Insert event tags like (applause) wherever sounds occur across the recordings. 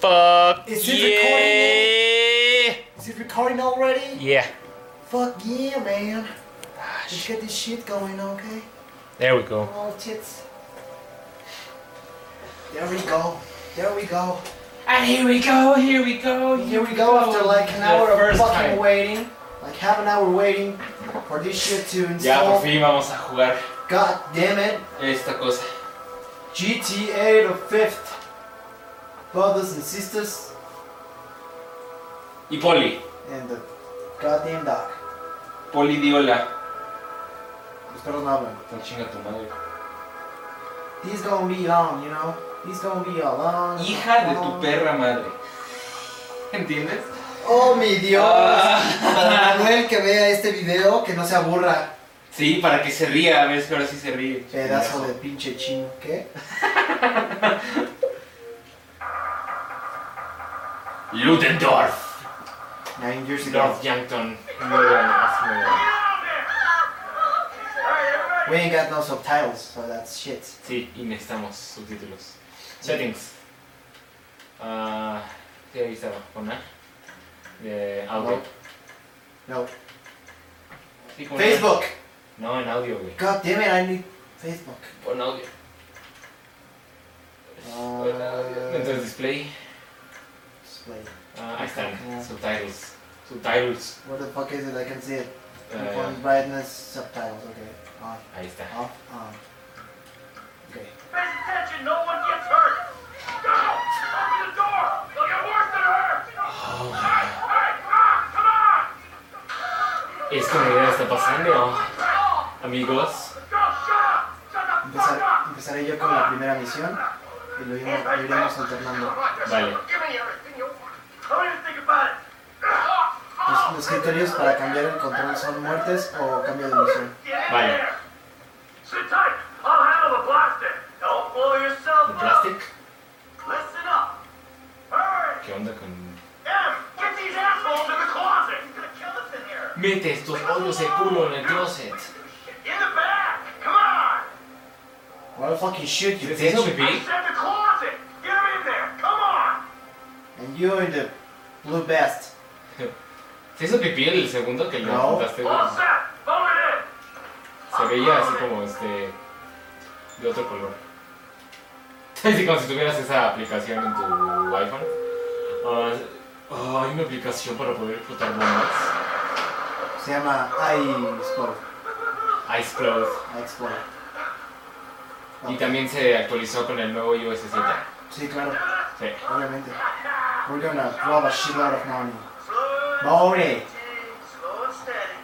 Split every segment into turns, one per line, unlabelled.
Fuck
Is it
yeah.
Is it recording already?
Yeah.
Fuck yeah, man. Let's
Gosh.
get this shit going, okay?
There we go.
All tits. There we go. There we go.
And Ah, here we go, here we go,
Here we go after like an hour of fucking
time.
waiting. Like half an hour waiting for this shit to
Ya por
install.
fin vamos a jugar
God damn it.
esta cosa.
GTA the fifth. Brothers and sisters
Y Poli,
and the goddamn dog.
Poli Diola.
Los perros no hablan.
Tan chinga tu madre.
He's gonna be long, you know? He's gonna be a long.
Hija de tu
long-
perra madre. ¿Entiendes?
Oh mi Dios. Para
Ah.
Manuel que vea este video, que no se aburra.
Sí, para que se ría, a ver si ahora sí se ríe.
Pedazo de pinche chino. ¿Qué?
Ludendorff.
Nine years ago.
North Yankton. Nueve años, nueve años.
We ain't got no subtitles, so that's shit.
Sí, y necesitamos subtítulos. Settings. Ah, sí, ahí estaba, con A. De audio.
No.
Sí, con A.
Facebook.
No, en audio, güey.
God damn it, I need Facebook.
Pon audio. Pon audio.
Ah.
Entonces display.
Display.
Ah, ahí
Ajá.
están. Subtitles. Subtitles.
What the fuck is it? I can see it.
Eh,
Inform brightness, subtitles. Okay. On.
ahí está.
Off. On. Okay.
Pay attention, no one gets hurt. Go! Open the door! They'll get worse than hurt! Hey, ah, come on!
Esto me está pasando, amigos.
Go, shut up! Shut the fuck
Empezar-
up!
empezaré yo con la primera misión y lo iremos, lo iremos alternando.
Vale.
Give me everything you want. How do you think about it?
Los, los criterios para cambiar el control son muertes o cambio de misión.
Get in
Vale.
there. Sit tight. I'll handle the plastic. Don't blow yourself
The
up.
plastic.
Listen up. Hurry!
¿Qué onda con.?
Em, get these assholes in the closet. You're gonna kill us in here.
Mete estos hoyos de culo en el closet.
In the back. Come on.
Well, I'll fucking shoot you,
¿Estás haciendo
bitch.
I
pipí?
said the closet. Get him in there. Come on.
And you in the blue vest.
¿Se hizo pipí el segundo que le
No.
apuntaste? güey?
All set. Load it in.
Se veía así como este. de otro color. (laughs) Así como si tuvieras esa aplicación en tu iPhone. Ah, ah, hay una aplicación para poder explotar bombas.
Se llama I Explode.
Ice Cloud.
I Explode.
Y también se actualizó con el nuevo iOS 7.
Sí, claro,
Sí.
obviamente. We're gonna rob a shitload of money.
Slow and
Money!
steady. Slow and steady.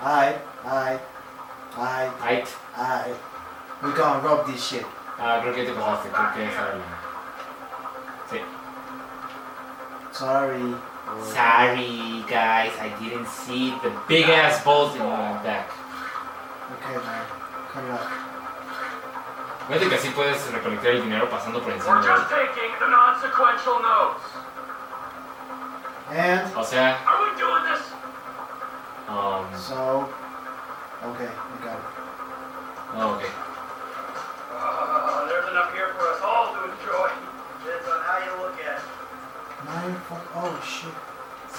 I, I, I,
Right.
I. We're gonna rob this shit.
Ah, creo que te pasaste. Creo que esa era la. Sí.
Sorry.
Sorry, guys, I didn't see the big ass balls in my back.
Okay, man. Come back.
Fíjate que así puedes recolectar el dinero pasando por encima
We're
de
just taking the non-sequential notes.
And
O sea,
Are we doing this?
um,
so. Okay, we got it.
no, oh, ok.
Uh, there's enough here for us all to enjoy. Depends on how you look at it.
Nine fuck. Oh shit.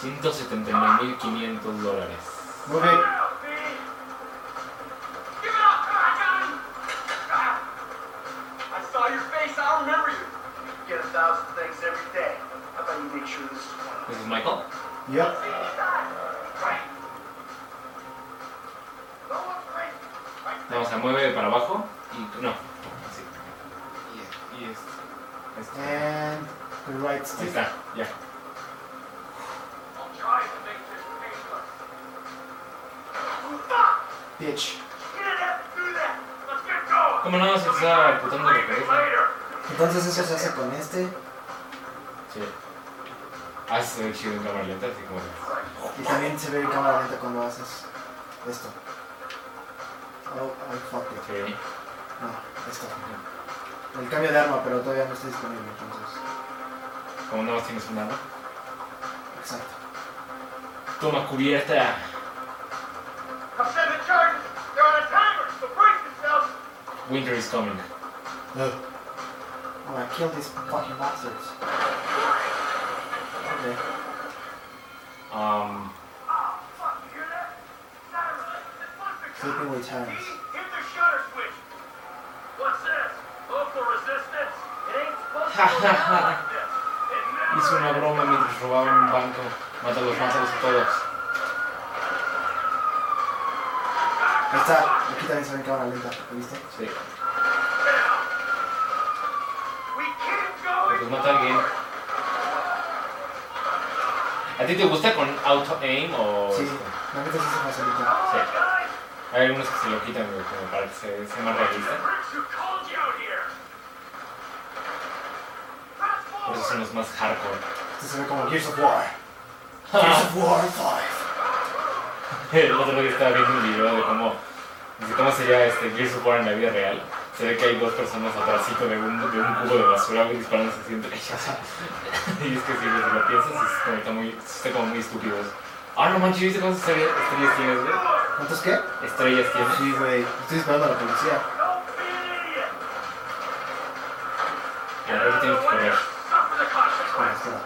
179.500 dólares.
Move it.
Give it up! I got him! I saw your face, I remember you. You get a thousand things every day. How about you make sure this is one of
This is Michael.
Yep.
No, se mueve para abajo y no. Así. Y, y este. este.
And the right
Ahí
stick.
está, ya.
Bitch.
¿Cómo no? Se está putando la cabeza.
Entonces eso se hace con este.
Sí. Ah, se ve chido en cámara lenta, así como.
Y también se ve en cámara lenta cuando haces esto. Oh, I fucked it.
Se ve bien.
No, esto. El cambio de arma, pero todavía no está disponible, entonces.
Como no más tienes un arma.
Exacto.
Toma cubierta. Winter is coming.
Oh, I'm gonna kill these fucking bastards. times.
Hit the shutter switch. What's this? Local resistance? It ain't supposed to go down like this. It never
Hizo una broma mientras robaban un banco. Mátalos, mátalos a todos.
Ahí está, aquí también se ve en cámara lenta, ¿lo viste?
Sí.
down. We keep
Pues
going.
mata a alguien. ¿A ti te gusta con auto aim
Oh,
o.?
Sí,
este?
la neta sí se facilita.
Come on, guys.
Hay algunos que se lo quitan, güey, como para que se- sea más realista.
Bricks who called you out here. Press
Por eso
forward.
son los más hardcore.
Esto se ve como Gears of War. Gears of War 5.
El otro día estaba viendo un video de cómo, de cómo sería este Gears of War en la vida real. Se ve que hay dos personas atrásito de un, de un cubo de basura güey, disparándose así entre ellas. (laughs) y es que si lo piensas, es como, está, muy, está como muy estúpido eso. Ah, no manches, ¿viste cuántas estrellas, estrellas tienes, güey?
¿Cuántos qué?
Estrellas tienes.
Sí, güey, estoy esperando a la policía.
Don't be an idiot.
Y ahora tienes que correr.
Suffer
Bueno,
the consequences.
espera.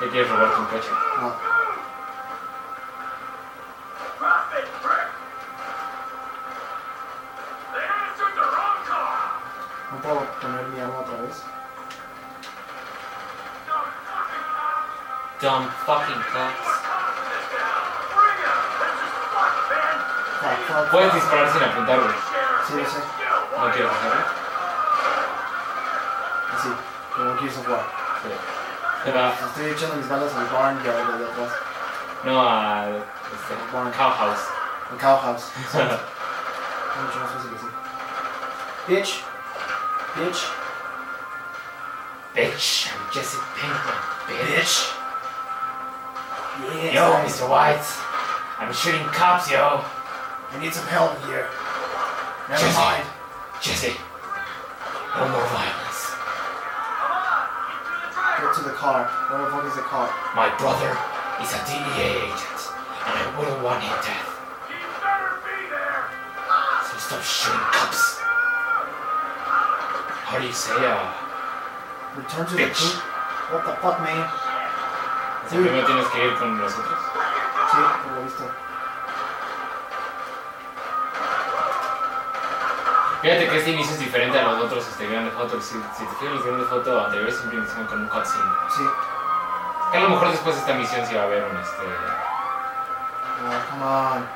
¿Qué quieres robarte un coche?
No,
Drop it, brick. They answered the wrong call.
no puedo poner mi arma otra vez.
Don't fucking cops.
Dumb fucking
More
cops.
cops in this town. Bring 'em. This is fuck, man.
Fuck, fuck,
Puedes disparar sin apuntar, güey.
Sheriff,
Sí, lo sé.
you
¿No
want
quieres hacerlo?
Así, como Gears of War.
Sí. Pero, ah.
Estoy echando mis balas al barnyard de atrás.
no a... Este, Cowhouse.
Al (laughs) cowhouse. exacto. Es mucho más fácil así. Bitch. Bitch.
(laughs) Bitch, I'm Jesse Pinkman, bitch.
Yes.
Yo, Mr. White, I'm shooting cops, yo.
I need some help here. Never
Jesse.
mind.
Jesse, no more violence.
Come on. Get
Get to
through the driver.
the car. Where the fuck is the car?
My brother is a DEA agent, and I wouldn't want him dead,
He better be there.
so stop shooting cops. How do you say, uh...
Return to the
Bitch.
coop. What the fuck, man?
O sea, primero tienes que ir con nosotros.
Sí, por lo visto.
Fíjate que este inicio es diferente a los otros este, grandes fotos. Si, si te fijas, los grandes fotos anteriores siempre inician con un cutscene.
Sí.
Que a lo mejor después de esta misión sí va a haber un, este...
Oh, come on.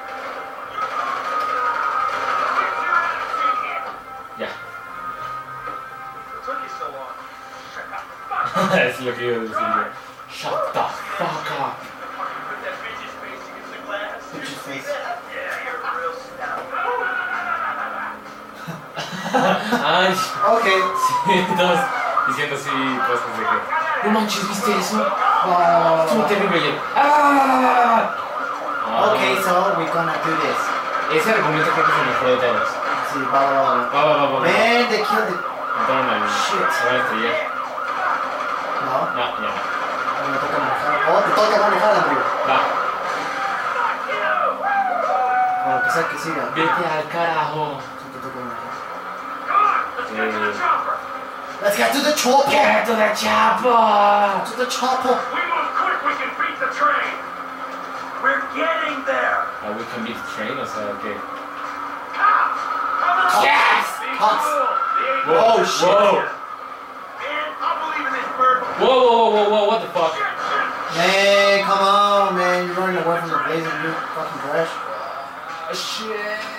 Get your attitude here. What took you so long?
Ya. (laughs)
Shut the fuck up.
(laughs) es lo que yo decía. Shut the fuck up. (laughs)
Fucking put that bitch's face against the glass.
Bitch's face.
Yeah, you're a real (laughs) snout.
Ay,
Okay.
sí, todos diciendo así cosas de que. No manches, ¿viste eso? Estuvo
Wow.
terrible. Y yo, ¡Ah! Ah,
Okay, so we're gonna do this.
Ese argumento creo que es el mejor de todos.
Sí, va, va, va, va.
Va, va, va, va. va.
Man, they killed the...
Mataron al.
Shit.
Se van a estrellar.
No,
No, ya no.
no me toca manejar. Oh, te toca manejar, amigo.
Va.
O lo que sea que siga.
Vete al carajo.
Sí, te toca manejar.
Let's get to the
Mm.
chopper.
Let's get to the chopper!
¡Get to the chapa!
To the chopper!
We move quick, we can beat the train. We're getting there.
Ah, we can beat the train, o sea, que.
Cops! Come on!
Yes!
Be
Cops.
cool. They ain't
Whoa,
gonna
shit.
shoot ya. Man, I believe in this bird.
Whoa, whoa, whoa, whoa, what the fuck?
Shit, shit.
Man, come on, man. You're running away from the blazing new fucking crash.
Ah, shit.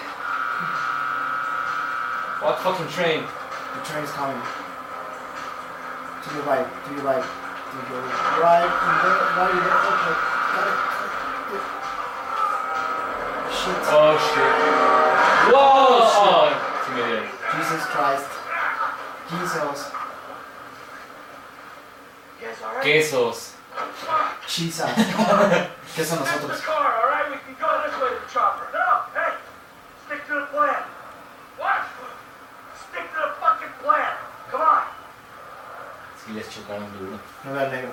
What fucking train?
The train's coming. To your right, to your right, to your right, and there, right, and there. Okay, got it. Shit.
Oh shit. Oh, Whoa! Sí me dieron.
Jesus Christ. Jesus.
Yes, all right.
Quesos.
Jesus. ¿Qué son
That's
nosotros?
the car, all right? We can go this way to the chopper. No, hey, stick to the plan. What? Stick to the fucking plan. Come on.
Sí les chocaron duro.
No veo al negro.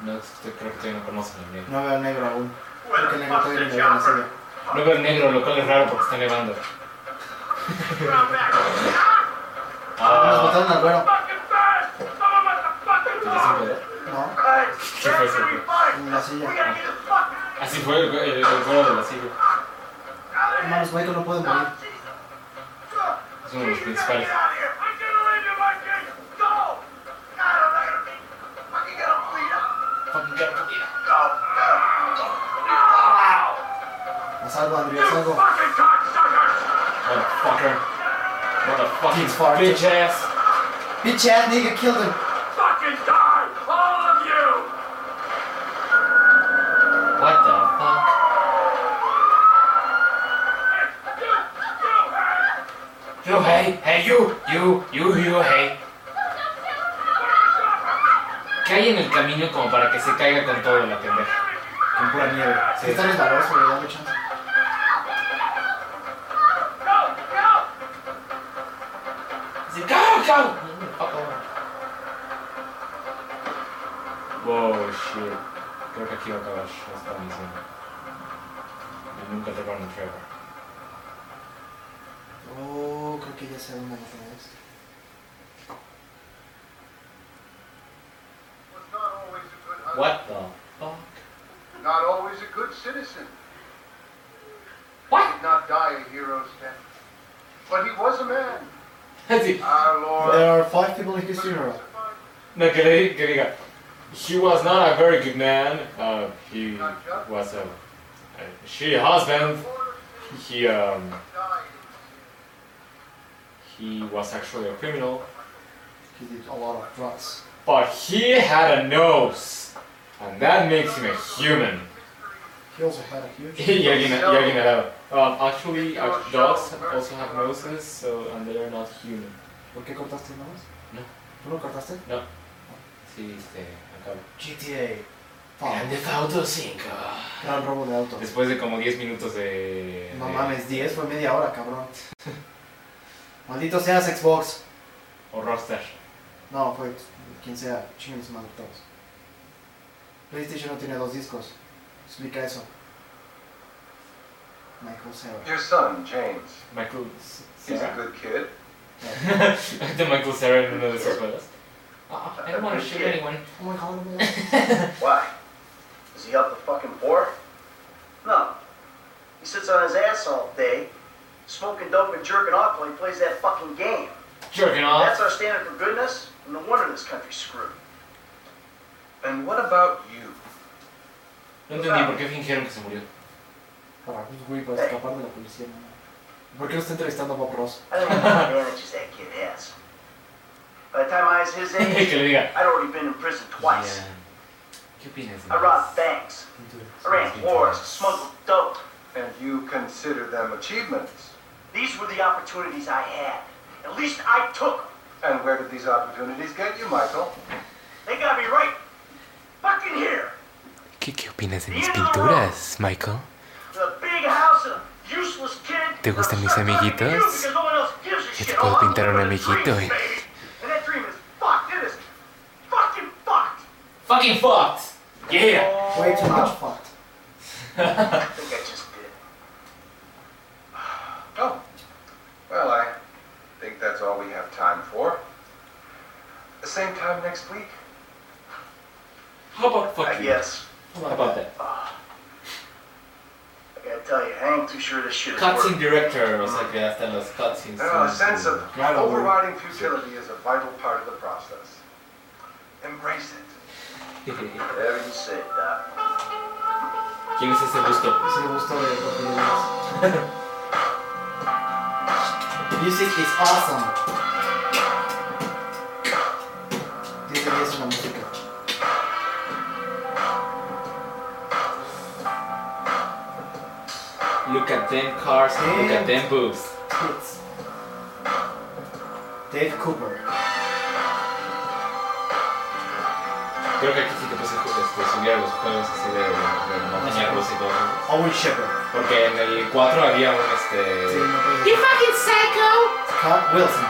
No, estoy- creo que todavía no conocen al negro.
No veo al negro aún.
Where
Porque el
the
negro
fuck's
todavía
the
no veo la
chopper?
silla.
No veo el negro, lo cual es raro porque está nevando.
Come back. Ah,
Nos
Ah,
mataron al güero.
fucking fast. Someone must have fucking
¿te
lost.
hacen poder?
No.
Hey,
fue
where
eso,
can we
güey?
Mm,
fight?
En la silla.
We gotta get the fuck
Así fue el, el, el vuelo de la silla.
out of
Hermanos, Michael no puede morir.
Es uno de los principales. Fucking cara jodida.
La salvo, Andrea, la salvo.
Motherfucker. Motherfucking
He's farted.
bitch ass.
Bitch ass nigga killed him.
What the fuck? You hey, hey you, you, you, you hey. ¿Qué hay en el camino como para que se caiga con todo la pendeja? Con pura nieve. Sí.
Está resbaloso, le dame chance.
Así, ¡Cao, cao! Wow, shit. Creo que aquí va a acabar esta misión. Y nunca te van a Trevor.
Oh, creo que ya sé dónde me quedé esto.
What the fuck? (laughs)
Not always a good citizen.
What?
Did not die a hero's death. But he was a man.
Así,
Our Lord.
There are five people in his funeral.
no, que, le, que diga, he was not a very good man. Uh, he was a, a shitty husband. He, um, he was actually a criminal.
He did a lot of drugs.
But he had a nose. And that makes him a human. (laughs)
He also had a huge.
Yagging it out. Um, actually, uh, dogs also have noses, so and they are not human.
¿Por qué cortaste nada más?
No.
¿Tú no cortaste?
Sí, este, acabo.
GTA. Fuck.
Grande Auto 5.
Gran robo de auto.
Después de como 10 minutos de.
No
de-
mames, 10 fue media hora, cabrón. Maldito seas Xbox.
O Rockstar.
No, fue quien sea. Chinguen su madre todos. PlayStation no tiene dos discos. Explica eso. Michael Cera.
Your son, James.
Michael.
He's a
Sarah.
good kid.
de Michael Sarah en uno de sus juegos. Ah, I don't want to shoot anyone.
Oh my god, no.
Why? Is he up the fucking port? No. He sits on his ass all day, smoking dope and jerking off while he plays that fucking game.
Jerking off.
That's our standard for goodness? No wonder this country's screwed.
And what about you?
No entendí por qué fingieron que se murió. (laughs)
Para, pues, güey, para escapar de la policía, no. ¿Por qué no está entrevistando a Bob Ross?
I don't know what advantages that kid has. By the time I was
(laughs)
his
que
age,
le diga.
I'd already been in prison twice.
"Yeah, ¿Qué opinas? de
I robbed
eso?"
banks. I ran wars, smuggled dope.
And you consider them achievements.
These were the opportunities I had. At least I took 'em.
And where did these opportunities get you, Michael?
They got me right fucking here.
¿Qué, qué opinas de mis pinturas, Michael?
The big house and a useless kid.
¿Te gustan mis
I'm sucking you
amiguitos?
because no one else gives a
Yo te
shit.
puedo
Oh,
pintar un
I'm living a
amiguito,
dream,
eh.
baby. And that dream is fucked. It is fucking fucked.
Fucking fucked. Yeah.
Way too much fucked.
I think I just did.
Oh. Well, I think that's all we have time for. The same time next week.
How about fuck
I
you?
guess.
How about that?
I gotta tell you, I ain't too sure this shit is
Cutscene
working.
director, o sea que hasta los cutscenes.
There are a
son
sense
su- (laughs)
of
Claro, güey.
overriding futility is a vital part of the process. Embrace it.
Whatever you say, Doc.
¿Quién es ese gusto?
Ese gusto de los (laughs) Music is awesome. Dice que es una música.
Look at them cars, look at them boobs.
Hits. Dave Cooper.
Creo que aquí sí te puse este, subir a los juegos así de, de montaña rusa y todo eso.
Owen Shepard.
Porque en el 4 había un este.
Sí, no puede ser.
fucking psycho!
Scott Wilson.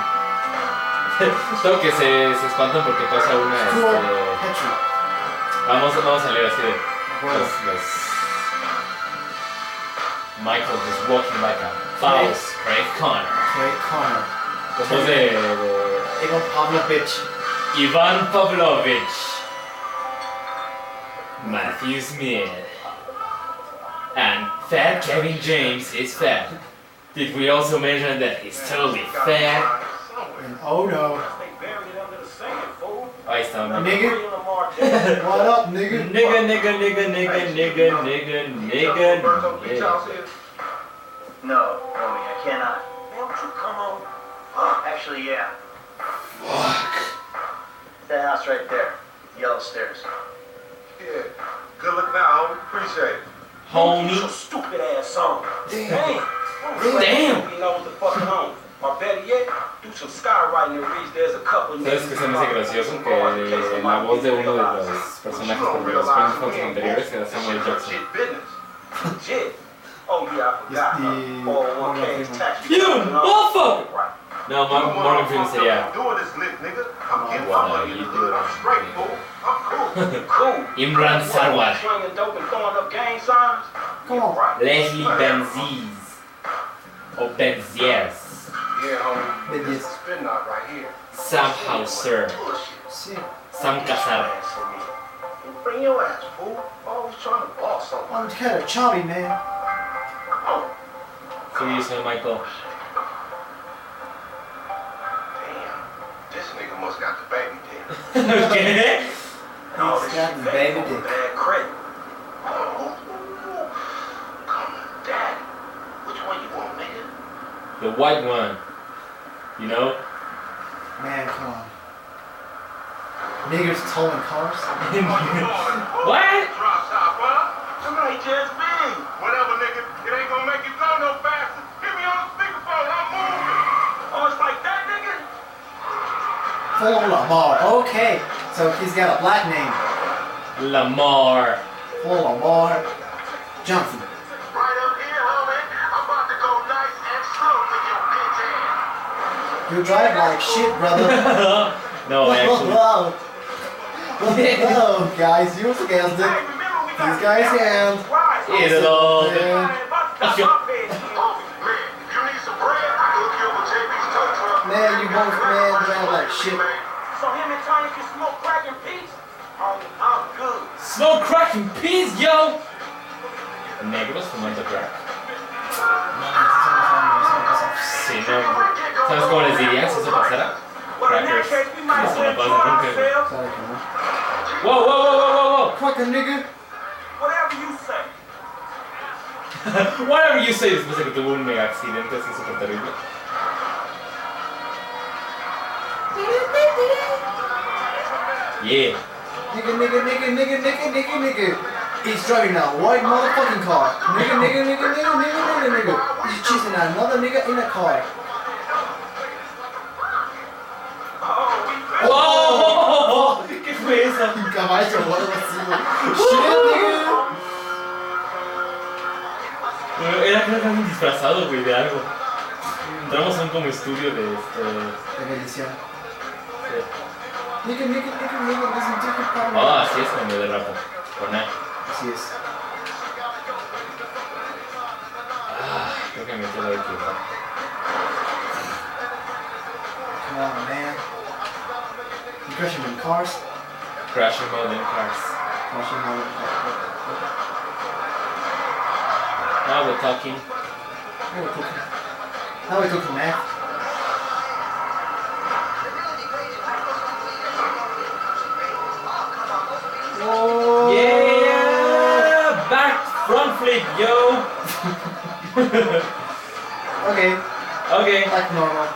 Solo que se, se espantan porque pasa una.
Cool.
Este,
Petri.
vamos, vamos a leer así de.
Bueno.
Los, los- Michael just walking like a mouse, Craig Connor.
Ray Connor.
Después de, de
Ivan Pavlovich.
Ivan Pavlovich. Matthew Smith. And fat Kevin James is fat. Did we also mention that he's totally fat?
And oh no.
They buried it under the sand, fool.
Ahí está, mi-
Nigga.
Real Lamar Jackson.
What up, nigga?
Nigga, nigga, nigga, nigga, nigga, nigga, nigga, nigga.
No, Romy, I cannot. Man, won't you come on? Actually, yeah. Fuck. That house right there. Yellow stairs.
Yeah. Good look now, homie. Appreciate it.
Your
Homie.
stupid ass song. Damn.
Damn.
You know what the fuck I'm on. Or better yet, do some skywriting and read there's a couple
¿Sabes qué se me hace gracioso? Que la voz de uno de los personajes como de los Springfields anteriores era Samuel Jackson.
Shit business.
Shit. Oh yeah, I forgot.
It's the-
Oh, okay, it's tax.
You motherfucker!
uh, Right.
No, Mor- Morgan Freeman sería
Doing this lit, nigga. I'm getting
wow,
my money in
you
the hood.
do
I'm
that.
straight, fool. I'm
(laughs)
cool.
Cool.
Imran Sarwar,
Swinging dope and throwing up gang signs.
Come on.
Right.
Leslie Benzies, o "Oh, Benzies,
yeah, homie.
It
This
is.
is spin knot right here.
Sam Hauser,
Sí.
Sam Casar,
Bring your ass, fool. Always trying to boss someone.
I'm kind of chubby, man.
Oh,
Seriously Michael.
Damn. This nigga must got the baby dick.
¿Qué?
no,
He's
this
got
shit
the baby
bad.
dick.
Bad credit.
Oh, come on, daddy. Which one you want, nigga?
The white one. You know?
Man, come on. Niggas towing cars? (laughs)
what?
Drop top, huh?
Somebody just been.
Whatever, nigga. It ain't gonna make you go no faster. Hit me on the speakerphone. I'm moving.
Oh, it's like that, nigga?
Full on Lamar. Okay. So he's got a black name.
Lamar.
Full on Lamar Johnson.
Right up here, homie. I'm about to go nice and slow with your bitch ass.
You drive like shit, brother.
Oh,
No,
(laughs)
actually.
Whoa, Whoa, guys, you against
Hey,
it.
remember we got
This guy's hand.
Right.
Eat it all.
Man,
That's
your-
Homie, man, if you need some bread, I can hook you up with JB's tow truck.
Man, you both man drive like shit.
So him and Tony can smoke crack and peace? Oh, I'm good.
Smoke crack and peas, yo! Negros fumando crack. Sí, no. ¿Sabes cómo les diría si eso pasara?
Well, in that
Crackers.
case, we might as
Eso no
well
pasa
enjoy
nunca.
ourselves.
Sorry, come on.
Wow, wow, wow, wow, wow,
Fuck a nigga.
Whatever you say.
wow. Whatever you say después de que tuvo un mega accidente así súper terrible. Yeah.
Nigga, nigga, nigga, nigga, nigga, nigga, nigga. He's driving a white motherfucking car. Nigga, nigga, nigga, nigga, nigga, nigga, nigga. He's chasing another nigga in a car.
Oh, we better.
¡Wow! ¿Qué fue eso?
Caballo, boludo, así, güey. Shit, nigga.
Era creo que alguien disfrazado, güey, de algo. Entramos a un como estudio de este.
De bendición.
de-
Nigga, nigga, nigga, nigga, listen to the power.
Ah, así es cuando derrapo. Con A.
Así es.
Creo que me metí la equivocada.
Come on, man. You crashing in cars?
Crashing mode in cars.
Crashing all over.
Now we're talking.
Now we're cooking. Now we're cooking, man. Whoa.
Yeah! Back front flip, yo!
Okay,
Okay.
like normal.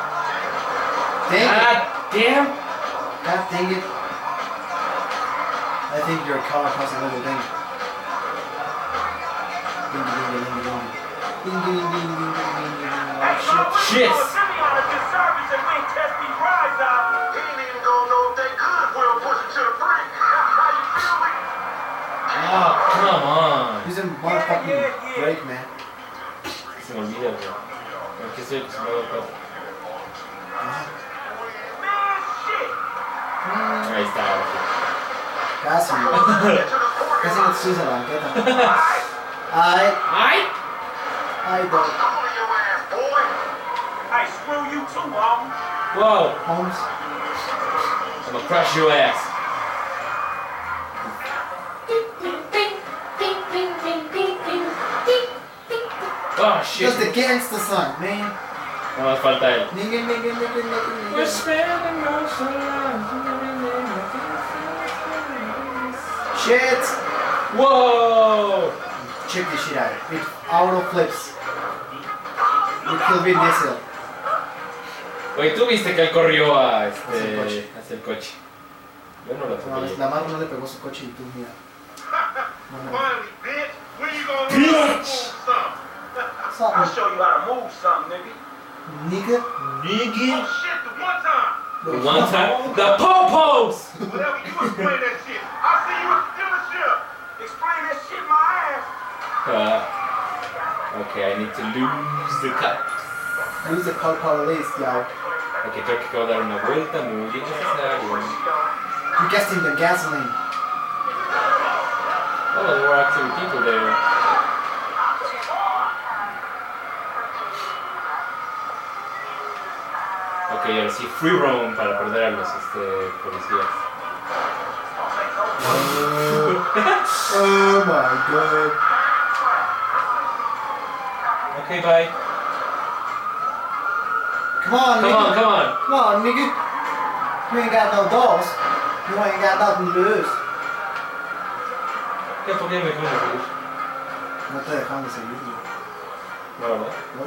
Dang it.
Ah, damn!
God dang it. I think your car has a little thing. Ding ding ding ding ding. Ding ding ding ding ding ding ding ding.
Hey,
Oh,
mama, we
shit.
gonna send me out of this service and we ain't test these rides out.
He ain't even gonna know if they could. We'll push it to the brink. (laughs) How you feel me?
Oh, come
shit.
on.
He's a motherfucking brake man.
Se me olvida, güey. Aquí estoy acostumbrado a todo.
Man, shit.
Ah, Ahí está, ahora sí.
Casi. Casi no te subes a la banqueta. I,
¡Ay!
I don't.
Come on, your ass, boy.
Hey, screw you too, mom.
Wow.
Holmes.
I'm gonna crush your ass. Oh shit.
That's the gangster song, man.
No más falta él.
Nigga, nigga, nigga, nigga, nigga. Shit!
Wow.
Check this shit out. With auto clips. With Kill Vin Diesel.
Oye, tú viste que él corrió a
Hacia el coche.
este. hacia el coche. Yo no lo
No,
atropellé.
la mano no le pegó su coche y tú, mira. No, no.
Finally, bitch, when you gonna learn
Bitch.
something?
I'll
Something.
show you how to move something, nigga.
Nigga.
Oh shit, the one time.
One time. The popos.
Whatever you explain that shit. I see you at the dealership. Explain that shit my ass.
Ah. okay, I need to lose the cup.
Use the car police, yo.
Ok, creo que acabo de dar una vuelta muy necesaria.
You guessed in the gasoline.
Oh, there were actually people there. Ok, ahora sí, free roam para perder a los este, policías.
Oh my god.
Ok, bye.
Come on,
Come
nigga.
on, come on.
Come on, nigga. You ain't got no doors. You ain't got nothing to lose.
¿Qué por qué me dejaron de seguir?
No te dejan de seguir, güey.
No, ¿verdad?
¿no?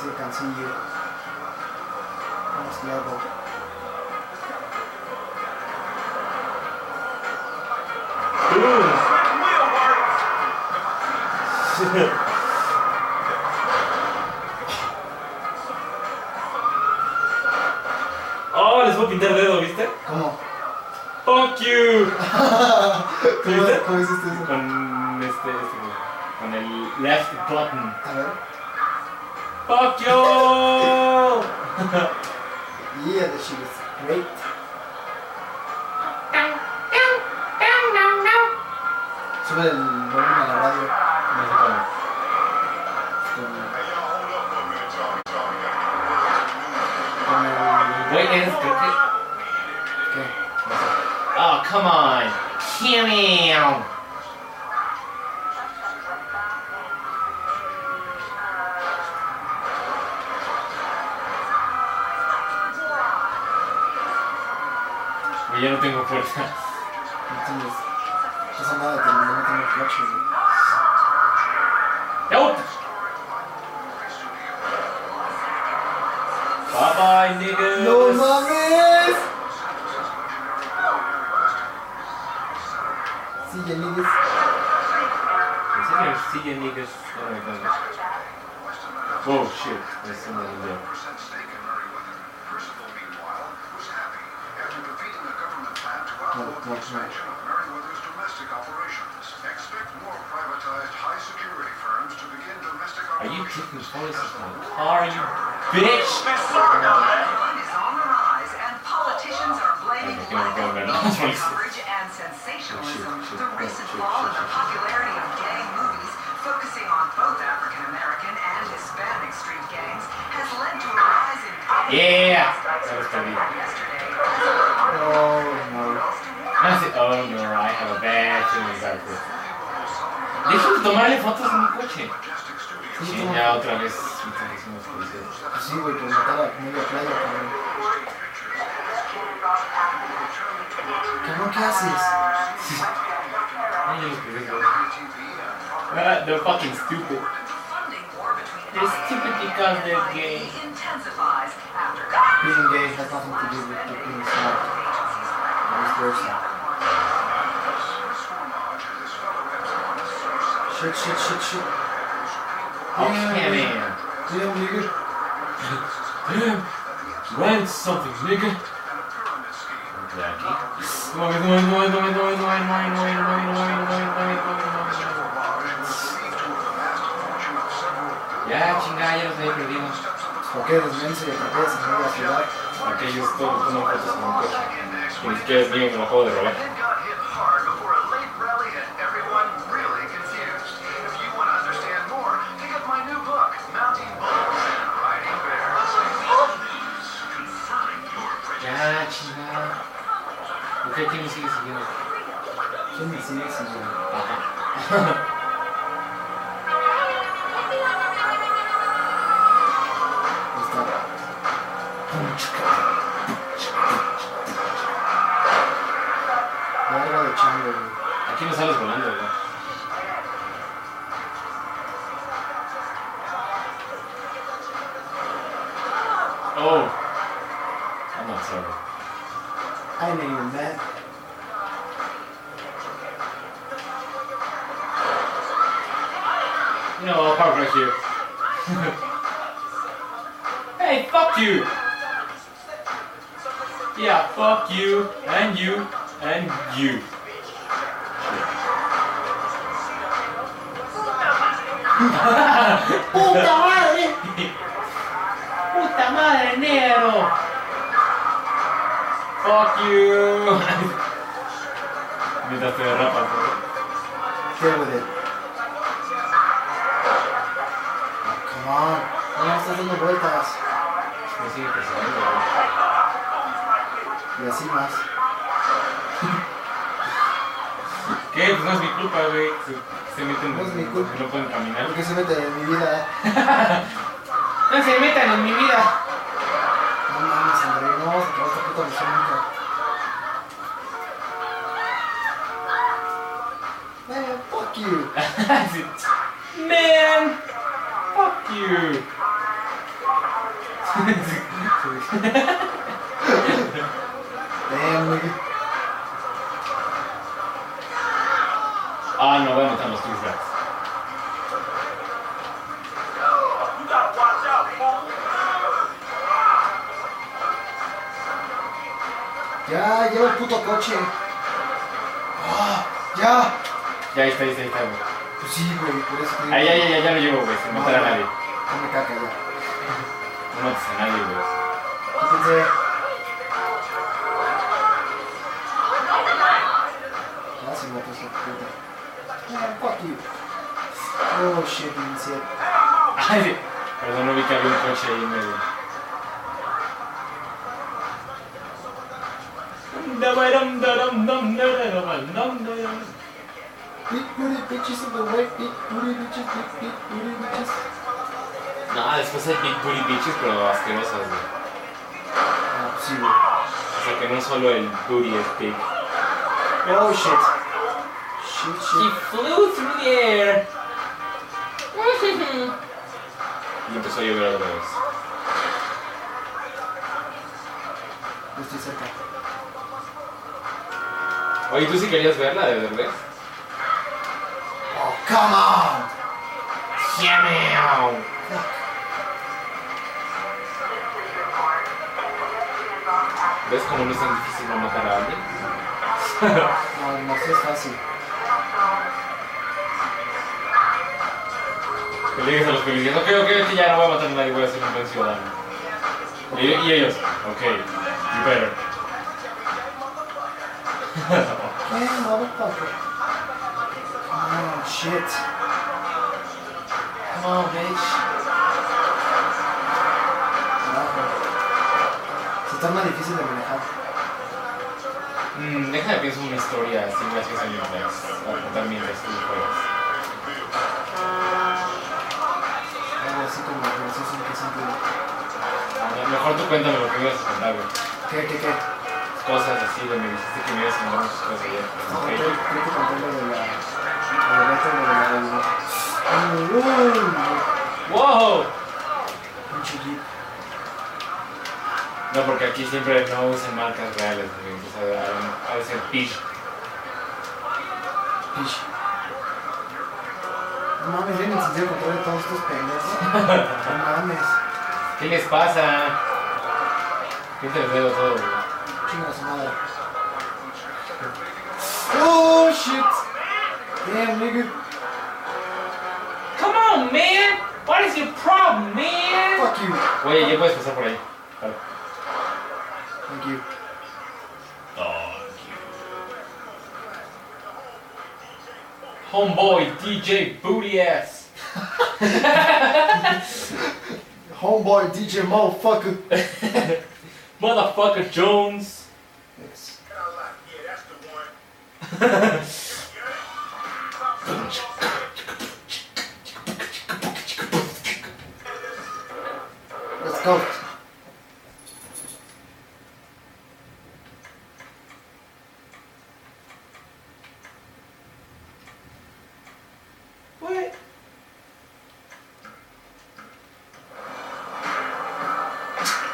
Sí, cancillo. Vamos luego.
Oh, les voy a pintar dedo, ¿viste?
¿Cómo?
Fuck you.
¿Cómo,
¿Viste?
¿Cómo hiciste eso?
Con este, este, con el left button.
A ver.
Fuck you.
Yeah, the shit is great. Sube el volumen a la radio.
No sé cómo.
Con, con el...
Wait, es creo que.
¿Qué?
Oh, come on. Come on. Yo ya no tengo fuerza.
No tienes... No sé nada de tener, no tengo clutches, güey.
Nope. Bye bye, niggas.
¡No mames! Sí, ya niggas.
Considering seeing niggas. Oh my god. Oh shit, there's somebody there.
No, no, no.
Are you taking photos of my car, you bitch?
Man, sorry about that.
Crime is on the rise, and politicians are blaming
Okay,
lack
go
of
ahead. (laughs)
media coverage and sensationalism.
Oh, Shoot, shoot,
The recent
shoot,
fall in
shoot,
the popularity of gang movies, focusing on both African American and Hispanic street gangs, has led to a rise in.
Yeah! That was pretty.
Yesterday,
Oh,
I said, oh no, I have a bad feeling about this. Dejen de tomarle fotos a mi coche.
no. Sí,
Sí,
como-
ya otra vez. otra vez unos policías.
pues sí, güey, pues matar a media playa, cabrón. Cabrón, ¿qué haces?
Ay, yo los perdí, güey. Ah, They're fucking stupid.
the funding war between
They're stupid because they're gay.
intensifies after
Being gay has nothing to do with the being smart.
agencies
Vice versa. Shit, shit, shit, shit.
Okay, man.
Damn, nigga.
Damn. Rent something, nigga. Okay, aquí. No, no, no, no, no, no, no, no, no, no, no, no, no, no, no, no. Ya, chingada, ya los había perdido.
¿Por qué eres menso y atreves a la ciudad?
Aquellos todos toman fotos con mi coche. Que ni siquiera es mío, me lo acabo de robar. Ya, chingada. siguiente.
¿Quién dice eso, güey?
Ajá.
Ahí está. Verga de chango, güey.
Aquí no sales volando, ¿verdad? Oh. I'm not sorry.
I ain't even mad.
You (laughs) know, I'll park right here. hey, fuck you! Yeah, fuck you, and you, and you.
¡Puta madre! ¡Puta madre, negro!
Fuck you! (laughs) Mientras te derrapas, ¿no?
Deal with it. Oh, come on. No estás dando vueltas.
Me sigue presionando, ¿no?
Y así más.
(laughs) ¿Qué? Pues no es mi culpa, güey. Se, se meten
No es mi culpa.
No pueden caminar.
¿Por qué se mete en mi
(laughs)
vida? eh.
No se metan en mi vida.
No mames, André. No vamos a acabar esta puta misión nunca. Man, Eh, fuck
(laughs)
you.
Man! Fuck you!
Damn, nigga.
Ah, no, voy a matar a los Twizrats.
You gotta watch out, fool.
Ya, lleva el puto coche. Ah, ya.
Ya, ahí está, ahí está, ahí está, güey.
Pues sí, güey, por eso te digo.
Ahí, ya, ya, ya, ya lo llevo, güey, sin
No,
matar a
no,
nadie.
No me caca ya.
No mates a nadie, güey.
Quítense. Ya se mató esa puta. Man, fuck you. Oh shit, man, shit.
Ay, sí. Perdón, no vi que había un coche ahí en medio. Dum, dum, dum, dum, dum, dum, dum, dum, dum.
Big booty bitches in the way, big booty bitches, big, big booty bitches.
No, después hay Big Booty Bitches, pero asquerosas, güey.
Ah, pues sí, güey.
O sea, que no solo el booty es big.
Oh shit. Shit, shit.
flew through the air.
Y empezó a llover otra vez.
No estoy cerca.
Oye, ¿tú sí querías verla, de verdad?
Oh, come on.
¡Meow! ¿Ves cómo no es tan difícil no matar a alguien?
No, no, sí es fácil.
Que le digas a los policías, ok, ok, ok, ya no voy a matar a nadie, voy a ser un buen ciudadano. Y, y ellos, ok, you better.
Hey, motherfucker. Come on, shit. Come on, bitch. Carajo. Se torna difícil de manejar.
Mm, deja de pensar una historia así gracias a mi para contar mientras tú juegas.
Algo así como gracioso en qué sentido.
A lo mejor tú cuéntame lo que me ibas a contar, güey.
¿Qué, qué, qué?
Cosas así, de me dijiste que me ibas a contar muchas cosas
No,
ayer.
creo
Ok.
creo que conté lo de la... Lo de la... Lo de la... Lo de la...
¡Wow!
Pinche jeep.
No, porque aquí siempre no usan marcas reales, güey. O sea, a- a veces pitch.
Pish. No mames, yo en el sentido contrario de todos estos pendejos. No mames.
¿Qué les pasa? Pinta el dedo todo, güey.
Chinga su madre. Oh shit. Damn nigga.
Come on, man. What is your problem, man?
Fuck you.
Oye, ya puedes pasar por ahí.
Thank you.
Homeboy DJ Booty Ass.
Homeboy DJ motherfucker.
Motherfucker Jones.
Yes.
Yeah, that's the one.
Let's go.
What?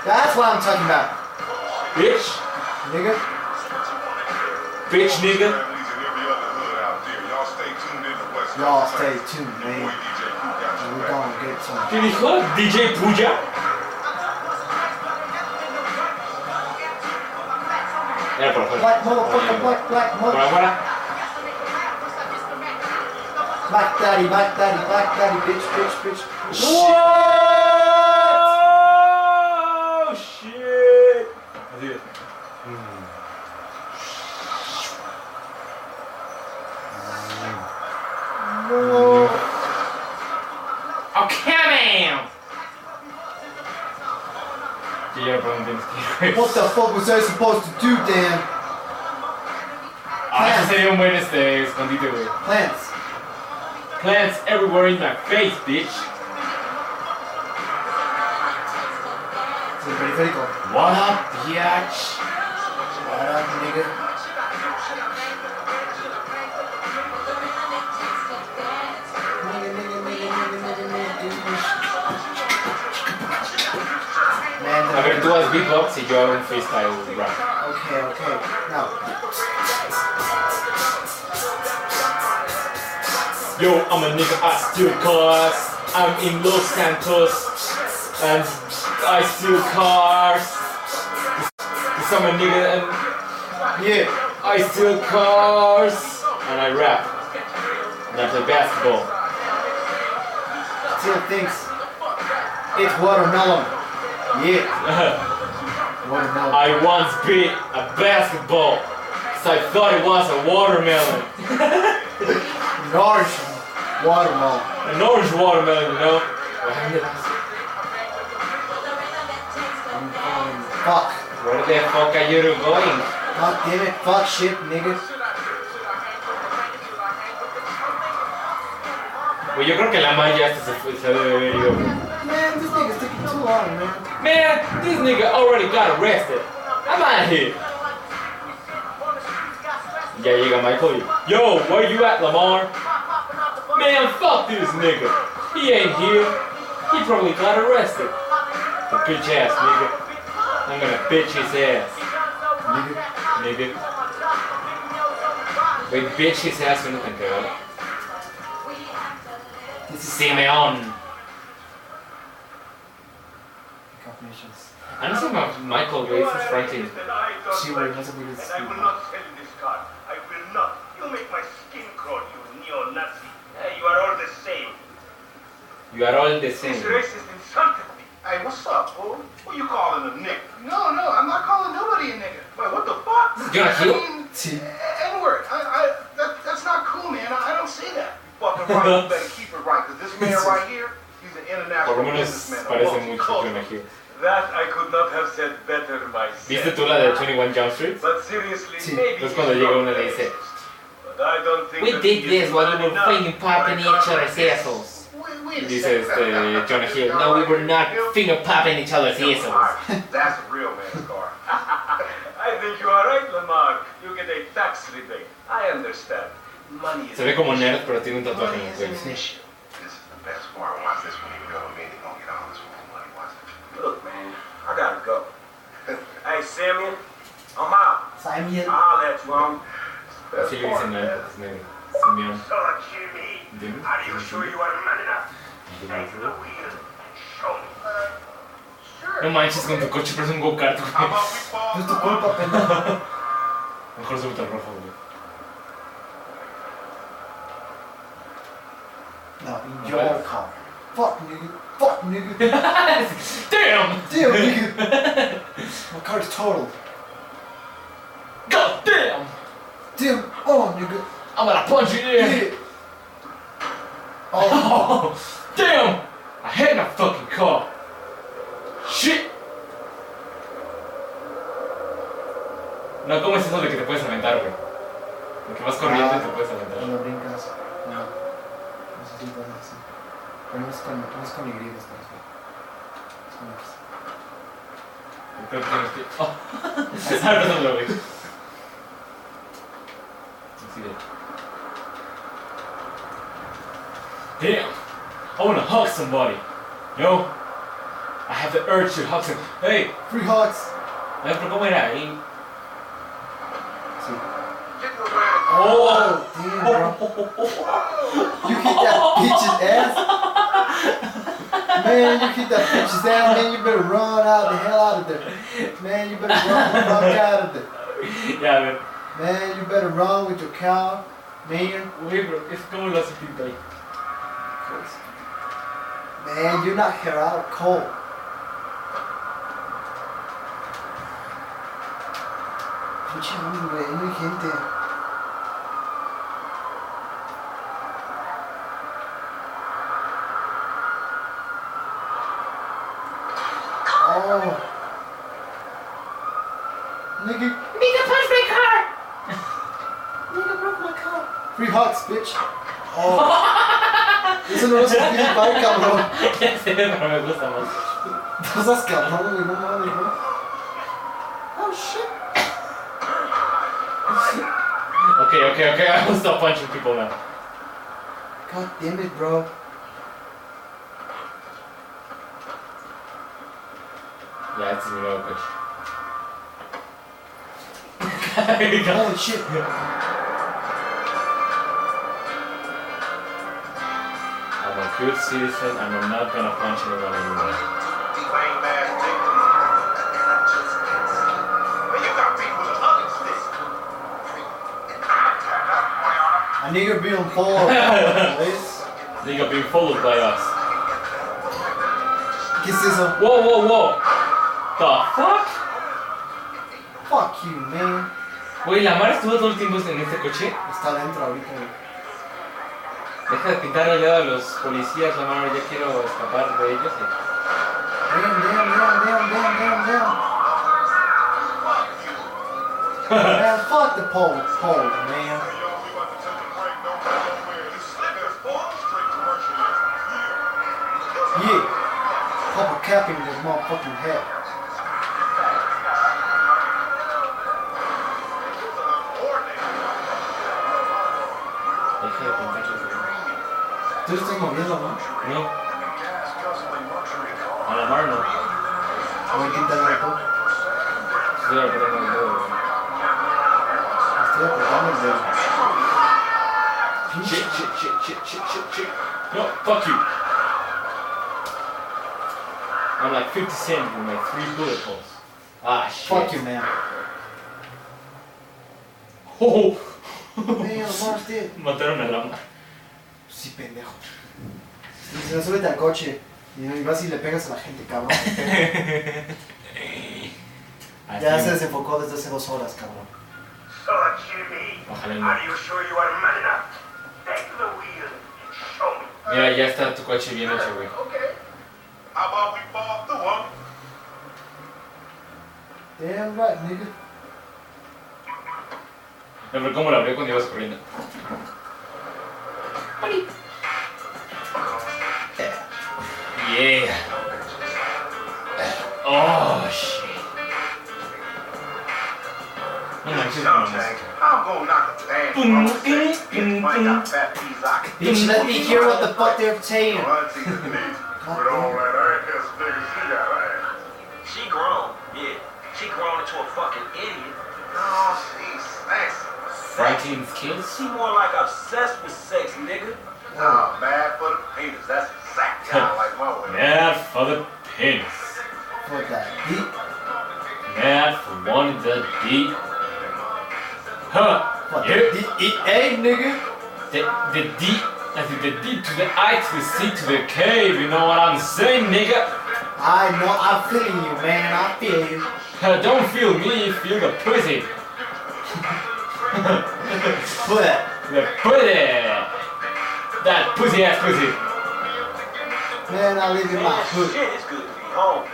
That's what I'm talking about,
Bitch.
nigga.
Bitch, nigga.
Y'all stay tuned, man. We gonna get some.
¿Qué dijo? DJ Puya. Era por afuera.
Black motherfucker, black, black
Por
motherfucker.
afuera.
Black daddy, black daddy, black daddy, bitch, bitch, bitch.
Oh,
¡Wow! ¡Shit! Así es.
Oh, come on!
Que ya por dónde tienes que ir, güey.
What the fuck was I supposed to do, Dan?
Ah, ese sería un buen este, escondite, güey.
Plants.
Plants everywhere in my face, bitch.
It's a periférico.
What up, bitch?
Right up, nigga. Nigga, nigga, nigga, nigga, nigga, nigga, nigga. Man,
A ver, tú haz beatbox y yo hago un freestyle rap.
Okay, okay. Now,
Yo, I'm a nigga, I steal cars. I'm in Los Santos, and I steal cars. Cause I'm a nigga, and
yeah.
I steal cars. And I rap. And I play basketball.
Still thinks it's watermelon. Yeah, watermelon.
I once beat a basketball. Cause I thought it was a watermelon.
An orange watermelon.
An orange watermelon, you know? What happened to-
I'm calling Um, fuck.
Where the fuck are you
God
going?
damn it, fuck shit, nigga.
Pues yo creo que la Maya hasta se, fue- se debe haber ido.
Man, this nigga's taking too long, man.
Man, this nigga already got arrested. I'm out of here. Ya llega Michael. y, Yo, where you at, Lamar? Man, fuck this nigga. He ain't here. He probably got arrested. The bitch ass nigga. I'm gonna bitch his ass. Nigga. Nigga. Wait, bitch his ass suena tan cagado. Simeon.
Combinations.
I don't think Michael Grace is writing.
She will not be with
And I will not sell you this card. I will not. You make my skin crawl, you neo-Nazi. Eh, You are all the same.
You are all the
This
same.
racist insulted me.
Hey, what's up, fool?
Who you calling a nigga?
No, no, I'm not calling nobody a nigga.
Wait, what the fuck?
You're not
I
you?
mean,
See?
N-word. I, I, that, that's not cool, man. I, I don't say that.
Fucking
Right,
right.
(laughs)
you better keep it right, because this man right here, he's an international
Por lo menos
businessman. a
parece mucho
multicultural.
Jonah Hill.
That I could not have said better
¿Viste
myself.
tú la de 21 Jump Street?
But seriously,
Sí.
maybe
Entonces cuando
he's
llega
not
uno le dice,
But I don't think
We
that
did
he
this
is
while
man
we were
enough
fucking
for
popping
a
each
country
other's
like this.
assholes.
Wait, wait a
dice este
second.
Jonah uh, Hill, no, we were not
(laughs)
finger popping each other's assholes.
(laughs)
That's a real man's car.
(laughs) I think you are right, Lamar. You get a tax rebate. I understand. Money is
Se ve como nerd, pero tiene un tatuaje
Money is
en el
an
cuello.
issue.
This is the best part. Watch this when you go to me. They gonna get all this fucking money. Watch this.
Look, man, I gotta go. hey, Samuel, I'm out.
Simeon.
I'll let you on.
Así le dicen a él porque es negro. Simeón.
So, Jimmy,
Jimmy?
are you sure you are man enough? Take the wheel and show me.
No manches con tu coche, parece un go-kart, güey.
No es tu culpa, pendejo.
Mejor súbete al rojo, güey.
No, in your car. Fuck, nigga. Fuck, nigga.
Damn!
Damn, nigga. My car is totaled.
God damn!
Damn. Oh, nigga.
I'm gonna punch you there!
Yeah. Oh,
Oh, damn! I hit my fucking car. Shit. No, ¿cómo es eso de que te puedes aventar, güey? ¿De qué vas corriendo y te puedes
Ah,
adelantar.
Cuando brincas. Cuando... No sé si puedes así. Pero no es con, no es con Y, es con X. Es con X.
Creo que tienes que. ¡Oh! Ahora no lo veo. Así de. (laughs) Damn! I wanna hug somebody! Yo! I have the urge to hug some. Hey!
Free hugs.
A ver, pero ¿cómo era? Y-
Sí.
Get in the way.
¡Oh! (laughs)
Damn, bro. You hit that bitch's ass. Man, you hit that bitch's ass. Man, you better run out the hell out of there. Man, you better run the fuck out of there.
Ya, a ver.
Man, you better run with your cow. Man,
Uy, pero es como lo hace Pinto ahí. (laughs)
man, you're not here out of cold. Pinche hombre, no hay gente. Oh. Nigga.
Nigga punched my car!
Nigga broke my car. Free hugs, bitch. Oh. (laughs) Eso no lo sentí mal, cabrón.
Ya sé, pero me gusta más.
No seas cabrón, güey, no mames, no. Oh shit.
Ok, ok, ok, (laughs) I will stop punching people now.
God damn it, bro.
Ya, este es mi nuevo (laughs) coche.
Holy Oh, shit.
I'm a good citizen and I'm not gonna punch anyone
Lame
anymore.
ass dick. And I just can't sleep. Man, you got people to hug and shit.
A nigga being (laughs) followed. ¿Ves?
Nigga being followed by us.
¿Qué es eso?
Whoa, whoa, whoa. The fuck?
Fuck you, man.
Güey, la Mara estuvo todo el tiempo en este coche.
Está adentro ahorita, güey.
Deja de pintar al lado a los policías, la Mara. Ya quiero escapar de ellos.
Damn, damn, damn, damn, damn, damn, (laughs) damn. man, fuck the pole, pole,
Yo,
man.
we about to take a break. Don't go nowhere. This is the best Ball Street commercial ever.
Yeah. Pop a cap in his motherfucking head.
Deja de pintarlos.
Tú lo estás moviendo, ¿no?
No. A la Mara no.
A ver quién te da el pole.
Estoy apretando el dedo, güey.
Estoy apretando el dedo.
Shit, shit, shit, shit, shit, shit, shit. No, fuck you. I'm like 50 cent with my three bullet holes. Ah, shit. (laughs)
Fuck you, man.
Oh,
Damn, Mars did.
mataron a la ma-
Sí, pendejo. Si no súbete al coche y y vas y le pegas a la gente, cabrón.
Al
ya
fin.
se desenfocó desde hace dos horas, cabrón.
So, Jimmy,
Ojalá y no.
are you sure you are man enough? Take the wheel and show me.
Mira, ya está tu coche bien hecho, güey.
Okay. How about we fall through, huh?
Damn right, nigga.
No, pero ¿cómo la abrió cuando ibas corriendo? Yeah. Oh, shit. No manches, no manches.
I'm gonna knock a bag.
Boom,
off the
boom,
safe.
boom,
Find
boom.
out fat piece I can
Bitch, let me hear what the fuck they're saying.
run to his knees. With all that ass ass nigga she got ass.
She grown, yeah. She grown into a fucking idiot.
No, Oh, she's sexy.
Fighting skills?
She more like obsessed with sex, nigga.
Nah, bad for the penis. That's exactly how I like my way.
Mad for the penis.
Fuck that. Beat.
Mad for one the deep. Huh?
Fuck
Yeah.
that. Eat egg, nigga.
The, the D, I think the D to the I to the C to the K, you know what I'm saying, nigga?
I know, I'm feeling you, man. I feel you.
Uh, don't feel me, feel the pussy.
But,
The pussy! That pussy ass pussy.
man, I live in my
Man,
hood.
shit, it's good to be home.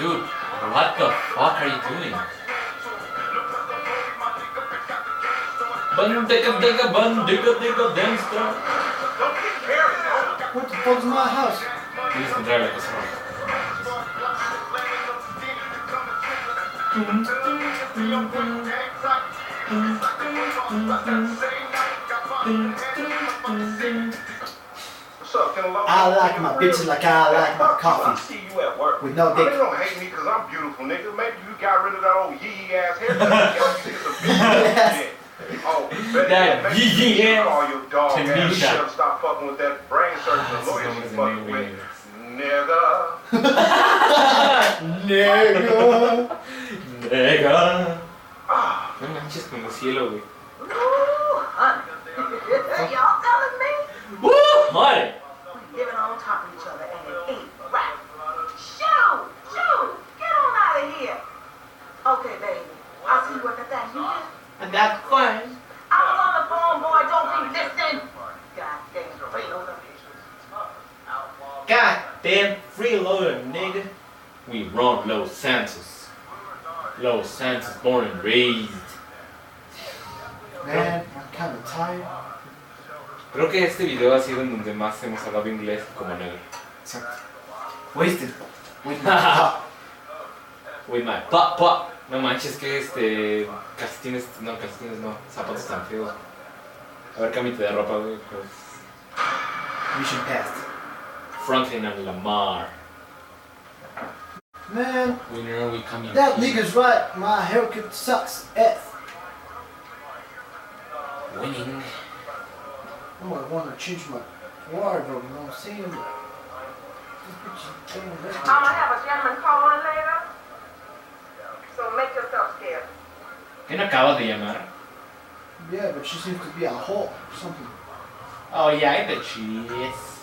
Dude, what the fuck are you doing? Bun digga digga bun digga digga dangster.
Don't get carried, no.
What the fuck's my house?
Tienes que entrar a la casa roja.
What's up, feeling low?
I like my bitches like I like my
I
coffee.
see you at work.
With no dick.
Niggas don't hate me because I'm beautiful, nigga. Maybe you got rid of that old yee yee ass haircut. you got you niggas a beat.
(laughs) Yes.
Oh, better
That
yet, make
yee
sure
yee
you
ass.
Call your dog ass.
Tanisha.
Shut up, stop fucking with that brain surgeon
Ah, this
lawyer
is
you
always a
fucking
new
with.
nigga.
Nigga.
Nigga.
Nigga. No manches con el cielo, güey.
Ooh, honey. Y'all telling me?
¡Woo! ¡Madre!
Giving on top of each other and it ain't right. Shoo! Shoo! Get on out of here. Okay, baby. I'll see you at the thing. You hear?
And that's fun.
I was on the phone, boy. Don't be listening. Goddamn freeloader.
Goddamn freeloader, nigga.
We run Los Santos. Los Santos, born and raised.
Man, I'm kinda tired.
Creo que este video ha sido en donde más hemos hablado inglés como negro.
Exacto. Wasted. With my cup.
With my pop pop. No manches que este. Calcetines. No, calcetines no. Zapatos tan feos. A ver, cámbiate de ropa, güey. pues,
Mission passed.
Franklin and Lamar.
Man,
Winner, we coming.
that
here.
nigga's right. My haircut sucks. F.
Winning.
Oh, I want to change my wardrobe. You know what I'm saying? This bitch is doing that.
I'm gonna have a gentleman call in later. So make yourself scarce.
¿Quién acaba de llamar?
Yeah, but she seems to be a whore or something.
Oh, yeah, I bet she is.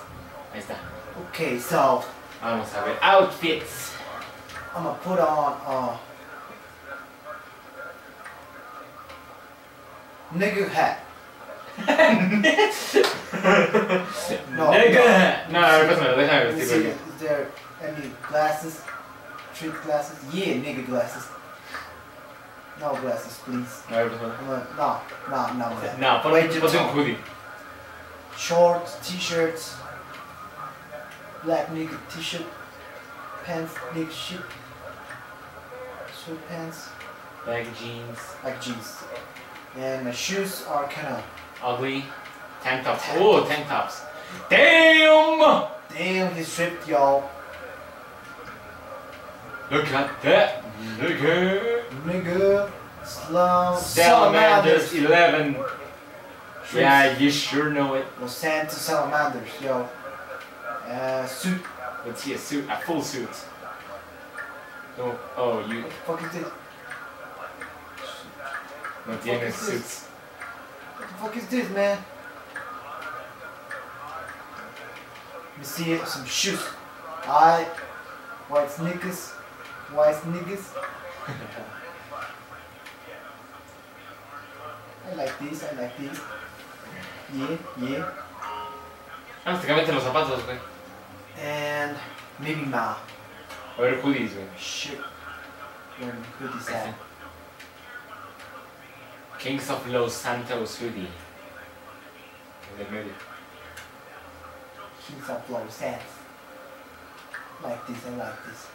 Ahí está.
Okay, so
Vamos a ver. Outfits.
I'm gonna put on uh nigga hat. (laughs) No,
Nigga. No, a ver, pásamelo, déjame
Let me see,
vestirlo.
is there any glasses? Trick glasses? Yeah, nigga glasses. No glasses, please.
yo. A ver, pásamelo.
I'm gonna, no, no, no. man.
No,
Wait,
ponte,
just
ponte un
no.
hoodie.
shorts, t-shirts, black nigga t-shirt, pants, nigga shit, sweatpants,
Black jeans.
like jeans. And my shoes are kind of
Ugly. Tank tops. Oh, tank tops. Damn!
damn. He stripped y'all,
Look at that. Look at
nigga. Slum,
Salamanders
salamanders,
11. Yeah, you sure know it.
Los Santos salamanders, yo. Uh, suit.
Let's see a suit, a full suit. No, oh, you
What the fuck is this?
no tienes suits.
What the fuck is this, man? Let me see it, some shoes. I white sneakers, white sneakers. I like these, I like these. Yeah, yeah.
Ah, te cambiaste los zapatos, güey.
And maybe my
A ver, hoodies, güey.
shirt. Where my hoodie's at.
Kings of Los Santos hoodie. En el medio.
She's up low sands. Like this, I like this.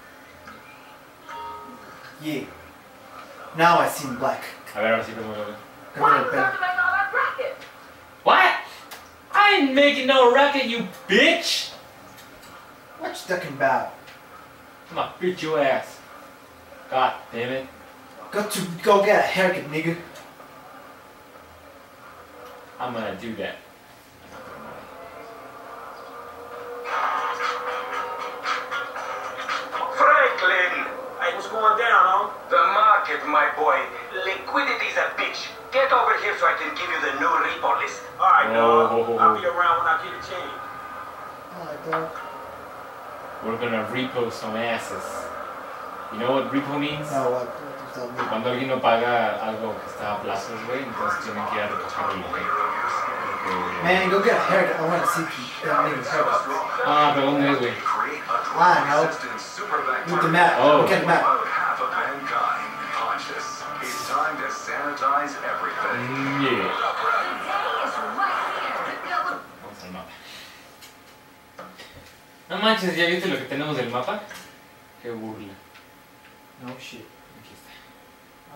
Yeah. Now I see in black.
A ver, ahora sí cómo lo veo.
Come
Why
here,
you
Ben.
got to make all that racket?
What? I ain't making no racket, you bitch!
What you talking about?
I'm gonna beat your ass. God damn it.
Got to go get a haircut, nigga.
I'm gonna do that.
Franklin,
What's going down, huh?
the market, my boy. Liquidity's a bitch. Get over here so I can give you the new repo list.
All right,
Oh.
dog. I'll be around when I get a change.
Alright, dog.
We're gonna repo some asses. You know what repo means?
No, what, what does that mean?
Cuando alguien no paga algo que está a plazos, güey, entonces tienen que ir a recogerlo, güey. Porque-
Man, go get a haircut. I want to see that nigga's haircut.
Ah, pero ¿dónde es, güey?
Why, no? Look at the map.
Oh.
Look at the map.
Half of mankind conscious. It's time to sanitize everything.
Mm, yeah. No manches, ¿ya viste lo que tenemos del mapa? Qué burla.
No shit.
Aquí está.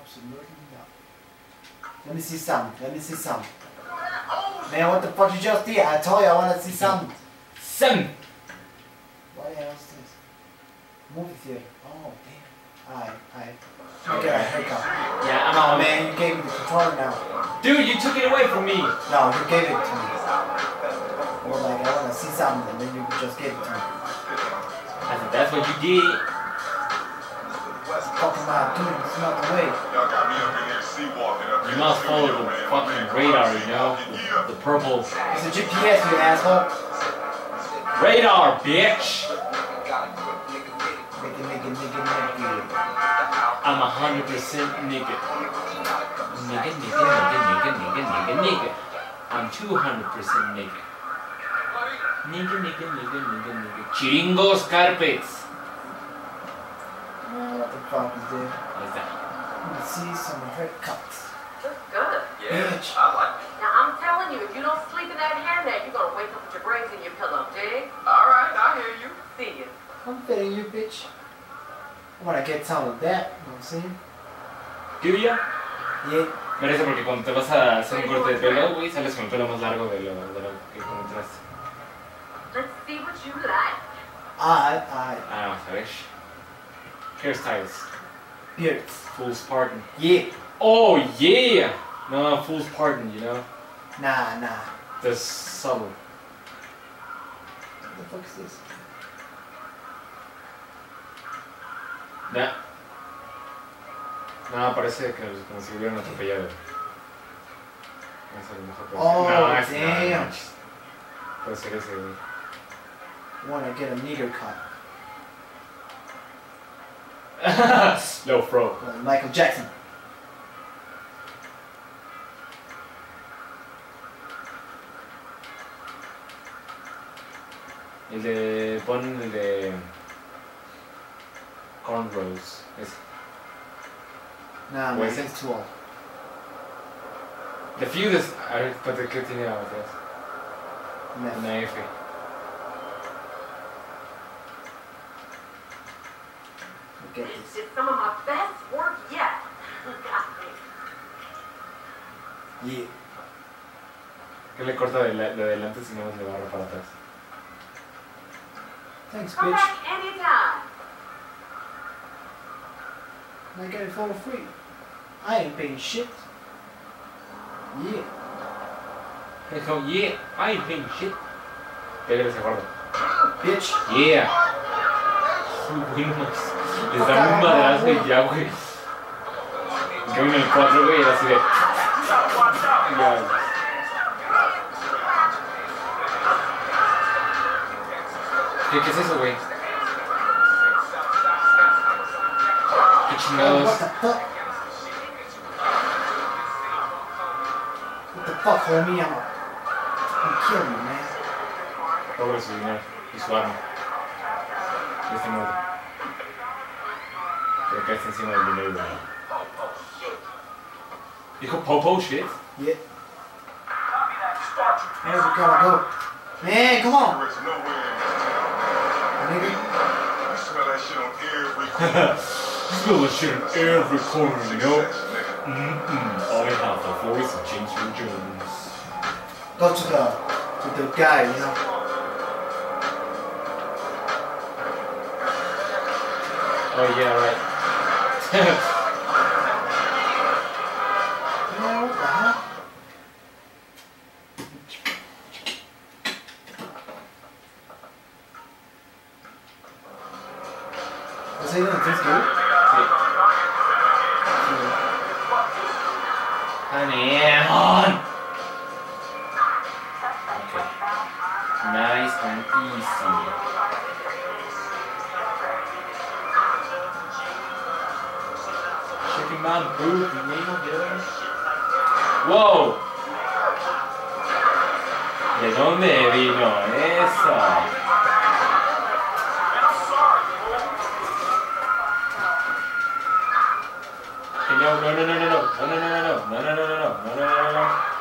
Absolutely not. Let me see some. Let me see some. Man, what the fuck you just did? I told you I wanna see some.
¡Sam!
What the hell is this? Movie theater. Oh, damn. Alright, alright. I got a haircut.
Ya, I'm
Oh
out, man.
man, you gave me the controller now.
Dude, you took it away from me.
No, you gave it to me. Or like, I wanna see something, and then you just gave it to me.
I said, that's what you did.
Fuck am I doing? It's not the way.
Y'all got me up in here sea walking up
You
in
must
the
follow
studio,
the
man. My man
fucking radar,
Currency
you know?
out in here.
The purple
It's a GPS, you asshole.
radar, bitch!
Nigga, nigga, nigga, nigga.
I'm a hundred percent nigga. Nigga, nigga, nigga, nigga, nigga, nigga, nigga. I'm two hundred percent nigga. Nigga, nigga, nigga, nigga, nigga. Chiringos carpets.
Man, what the fuck is this?
Ahí está.
Let me see some haircuts.
Looks good.
Bitch.
I like it.
Now, I'm telling you, if you don't sleep in that hairnet, you're gonna wake up with your brains in your pillow, dig?
All right, I hear you.
See ya.
I'm fitting you, bitch. I wanna get some of that, you know what I'm saying?
¿Tuya?
Yeah.
Merece porque cuando te vas a hacer un corte de pelo, güey, sales con el pelo más largo de lo, de lo que encontraste.
Let's see what you like.
I, I,
Ah, vamos a ver. Hairstyles.
beards.
Fool's pardon.
Yeah.
Oh, yeah! No, fool's pardon, you know?
Nah, nah.
The subtle.
What the fuck is this?
Ya. No, parece que los- como si hubieran atropellado. Esa es la mejor versión.
Oh,
no, es- no,
damn.
no, manches. Puede ser ese, güey. (laughs)
I wanna get a nigger cut.
Low fro.
Like Michael Jackson.
El de. Pon el de. Cornrows. Es.
Nah, man,
Wait.
that's too old.
The few is. A ver, espérate, ¿qué tiene la atrás?
Man.
Una F.
Get
It's
this.
just some of my best work yet. (laughs) Got me.
Yeah.
Que le corta de, la- de adelante si no le barra para atrás.
Thanks, bitch.
Come back anytime.
I get it for free. I ain't paying shit. Yeah.
Dijo, yeah, I ain't paying shit. Ya le ves a gordo.
Bitch.
Yeah. Güey, no mames. Les dan un madrazo y ya, güey. Que en el 4, güey, era así de. Ya, güey. ¿Qué, ¿Qué es eso, güey? ¿Qué chingados?
What the fuck? What the fuck, homie? I'm a... You kill me, man.
Pobre su dinero y su arma. Y está muerto. Pero cae encima del dinero, güey. Dijo Popo shit.
Yeah. Man, we gotta go. Man, come on.
There's nowhere in this
Nigga.
town. You smell that shit on
(laughs)
every corner.
Spill the shit in every corner, you know?
Success, nigga.
Mm-mm. I have the voice of James Earl Jones.
Go to the, to the guy, you know.
Oh, yeah, right.
Man, what the hell? Is he gonna drink dude?
Honey, I'm on! Okay. Nice and easy. Chicken man boot, the name of the other. Wow! ¿De dónde vino eso? Que No, no, no, no, no, no, no, no, no, no, no, no, no, no, no, no, no, no.